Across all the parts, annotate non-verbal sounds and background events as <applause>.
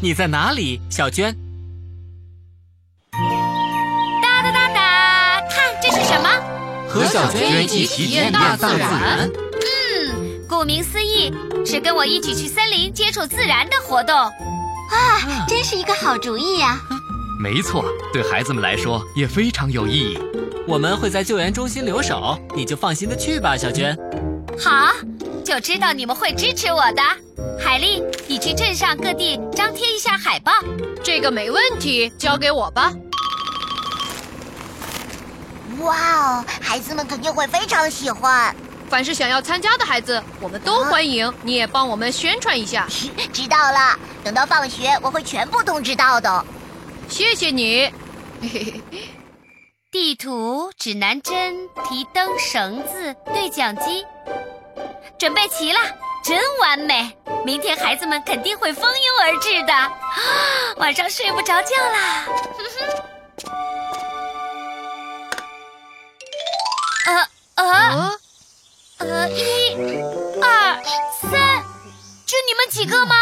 你在哪里，小娟？哒哒哒哒，看这是什么？和小娟一起体验大自然。顾名思义，是跟我一起去森林接触自然的活动。啊啊真是一个好主意啊呀、没错，对孩子们来说也非常有意义。我们会在救援中心留守，你就放心的去吧，小娟。好，就知道你们会支持我的。海丽，你去镇上各地张贴一下海报。这个没问题，交给我吧。哇哦，孩子们肯定会非常喜欢，凡是想要参加的孩子，我们都欢迎，你也帮我们宣传一下，知道了。等到放学，我会全部通知到的。谢谢你。地图、指南针、提灯、绳子、对讲机，准备齐了，真完美！明天孩子们肯定会蜂拥而至的， <gasps> 啊，晚上睡不着觉啦。哼哼 <laughs> 呃呃啊，呃，一、二、三，就你们几个吗？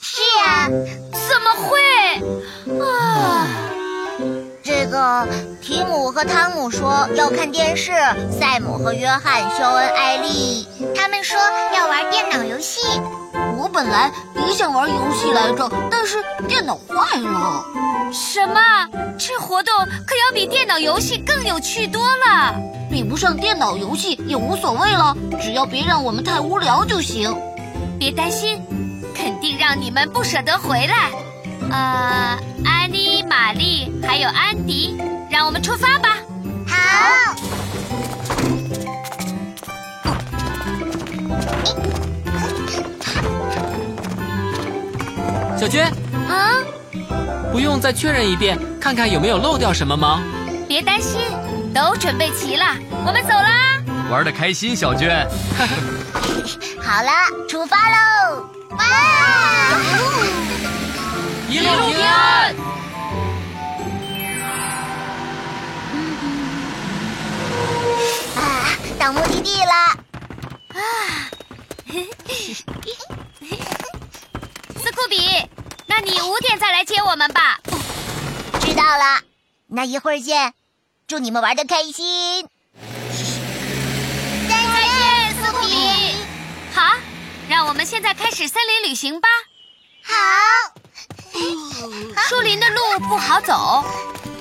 是啊呀、怎么会？啊！这个提姆和汤姆说要看电视，塞姆和约翰、肖恩、艾丽他们说要玩电脑游戏。我本来也想玩游戏来着，但是电脑坏了。什么？这活动可要比电脑游戏更有趣多了。比不上电脑游戏也无所谓了，只要别让我们太无聊就行。别担心，肯定让你们不舍得回来。呃，安妮、玛丽还有安迪，让我们出发吧。好。小娟，啊嗯，不用再确认一遍，看看有没有漏掉什么吗？别担心，都准备齐了，我们走啦。玩的开心，小娟。好了，出发喽！哦哇！一路平安。啊，到目的地了。斯库比，那你五点再来接我们吧。知道了，那一会儿见，祝你们玩的开心。再见，斯库比。好，让我们现在开始森林旅行吧。好，树林的路不好走，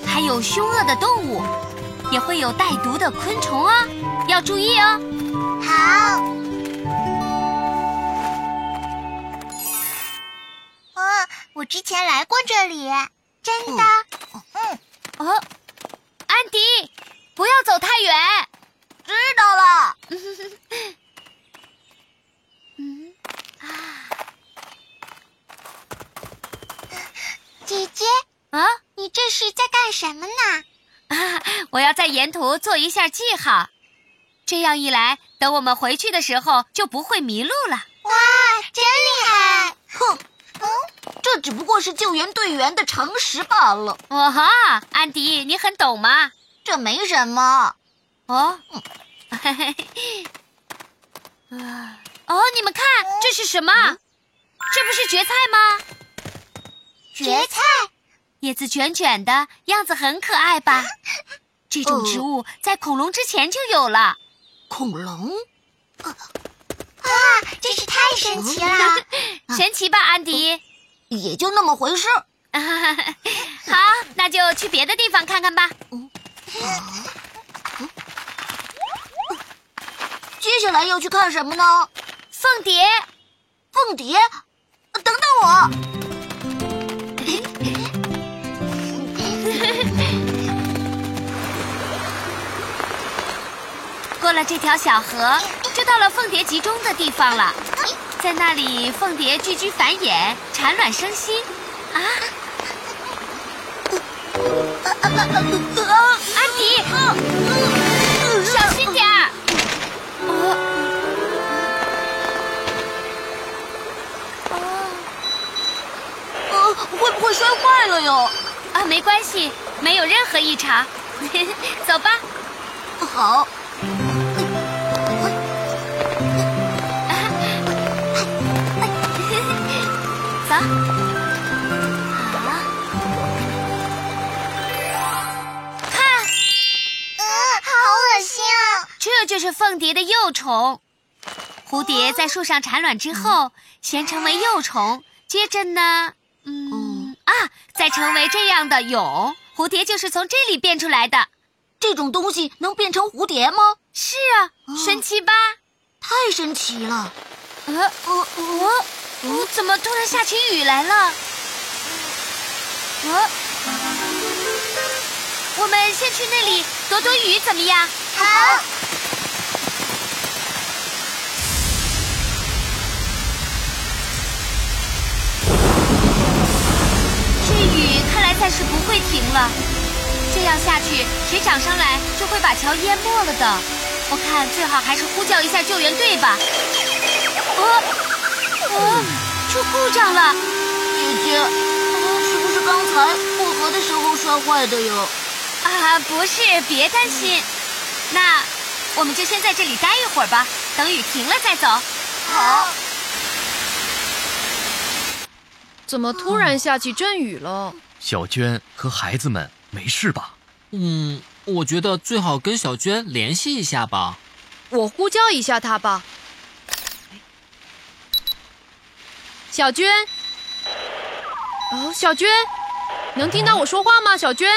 还有凶恶的动物，也会有带毒的昆虫哦，要注意哦。好。啊，我之前来过这里，真的。嗯，哦，安迪，不要走太远。知道 <laughs> 了。嗯啊姐姐，啊，你这是在干什么呢？我要在沿途做一下记号，这样一来，等我们回去的时候就不会迷路了。哇，真厉害！哼，嗯，这只不过是救援队员的常识罢了，哇哈，哦安迪，你很懂吗？这没什么。哦， <laughs> 嘿嘿嘿啊，哦，你们看，这是什么？这不是蕨菜吗？蕨菜，叶子卷卷的样子很可爱 <laughs> 吧？这哦种植物在恐龙之前就有了。恐龙。啊，哦真是太神奇！啊 <laughs> 神奇吧，安迪？ <laughs> 也就那么回事。 <laughs> 好，那就去别的地方看看吧。接下来要去看什么呢？凤蝶，凤蝶，等等 <laughs> 我。过了这条小河，就到了凤蝶集中的地方了。在那里，凤蝶聚居繁衍，产卵生息。啊，呃安迪，小心点儿！呃，会不会摔坏了哟？啊，没关系，没有任何异常。 <laughs> 走吧，好，走。啊呃啊这就是凤蝶的幼虫。蝴蝶在树上产卵之后，先成为幼虫，接着呢，嗯哦啊，再成为这样的蛹。蝴蝶就是从这里变出来的。这种东西能变成蝴蝶吗？哦是啊，神奇吧？太神奇了！呃，我我我怎么突然下起雨来了？呃，我们先去那里躲躲雨怎么样？好，这雨看来暂时不会停了，这样下去水涨上来就会把桥淹没了的。我看最好还是呼叫一下救援队吧。呃，呃，出故障了。姐姐，哎呃是不是刚才过河的时候摔坏的哟？啊，不是，别担心。那我们就先在这里待一会儿吧，等雨停了再走。好，怎么突然下起阵雨了？小娟和孩子们没事吧？嗯，我觉得最好跟小娟联系一下吧。我呼叫一下他吧。小娟，哦，小娟，能听到我说话吗？小娟，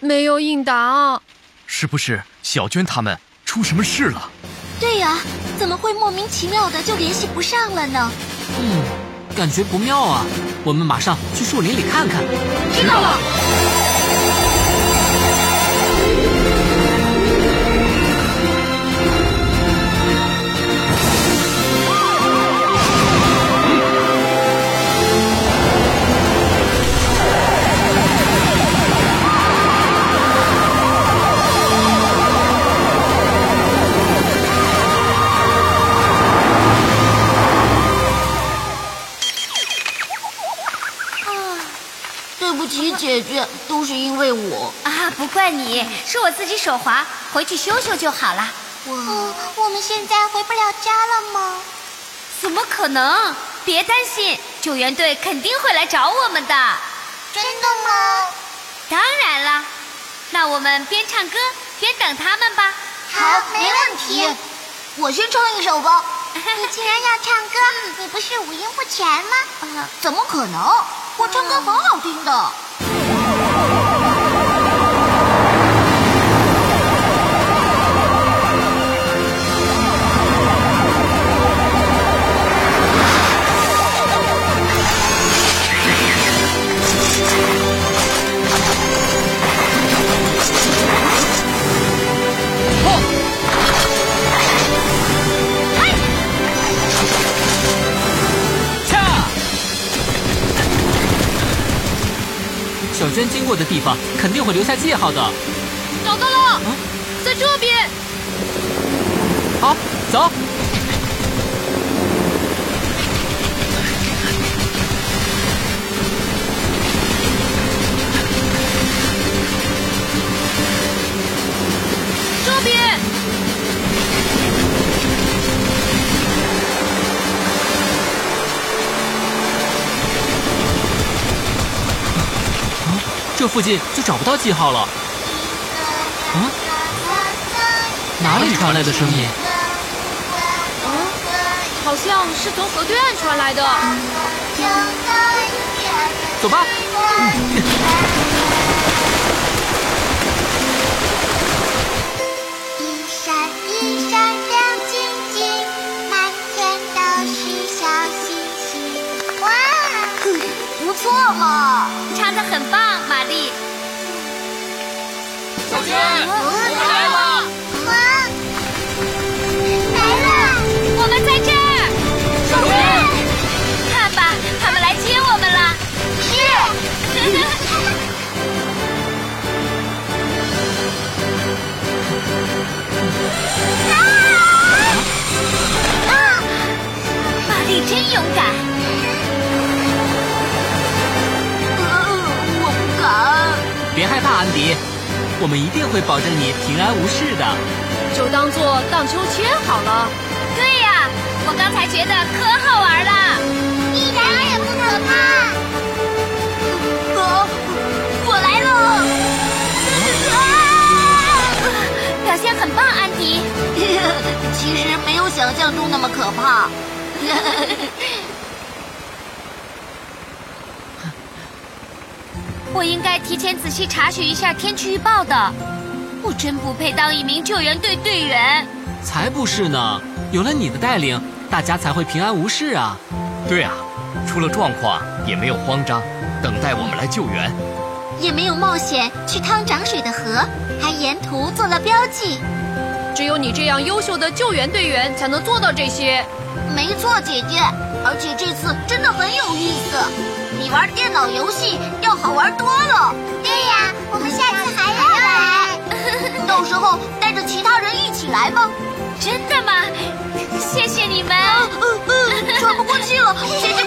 没有应答。啊是不是小娟他们出什么事了？对呀、怎么会莫名其妙的就联系不上了呢？嗯，感觉不妙啊。我们马上去树林里看看。知道了。对不起，姐姐，都是因为我。啊，不怪你，是我自己手滑，回去修修就好了。嗯，我们现在回不了家了吗？怎么可能？别担心，救援队肯定会来找我们的。真的吗？当然啦，那我们边唱歌边等他们吧。好，没问题。我先唱一首吧。你竟然要唱歌，你不是五音不全吗？呃怎么可能？我唱歌很好听的。恰！小娟经过的地方肯定会留下记号的。找到了，啊在这边。好，走。这边，啊这附近就找不到记号了。啊？嗯哪里传来的声音？嗯好像是从河对岸传来的。走吧。一闪一闪亮晶晶，满天都是小星星。哇，不错嘛！唱得很棒，玛丽。小娟，来了，哇，来了！我们在这儿。小娟，看吧，他们来接我们了。 <laughs> 是。玛丽真勇敢，我不敢。别害怕，安迪，我们一定会保证你平安无事的。就当做荡秋千好了。对呀、我刚才觉得可好玩了。一点也不可怕。哦我来了！啊表现很棒，安迪。 <laughs> 其实没有想象中那么可怕。 <laughs> 我应该提前仔细查询一下天气预报的。我真不配当一名救援队队员。才不是呢！有了你的带领，大家才会平安无事啊！对啊，出了状况也没有慌张，等待我们来救援。也没有冒险去趟涨水的河，还沿途做了标记。只有你这样优秀的救援队员才能做到这些。没错，姐姐，而且这次真的很有意思，比玩电脑游戏要好玩多了。对呀，我们下次还要来， <laughs> 到时候带着其他人一起来吧。真的吗？谢谢你们。哦喘不过气了，姐姐啊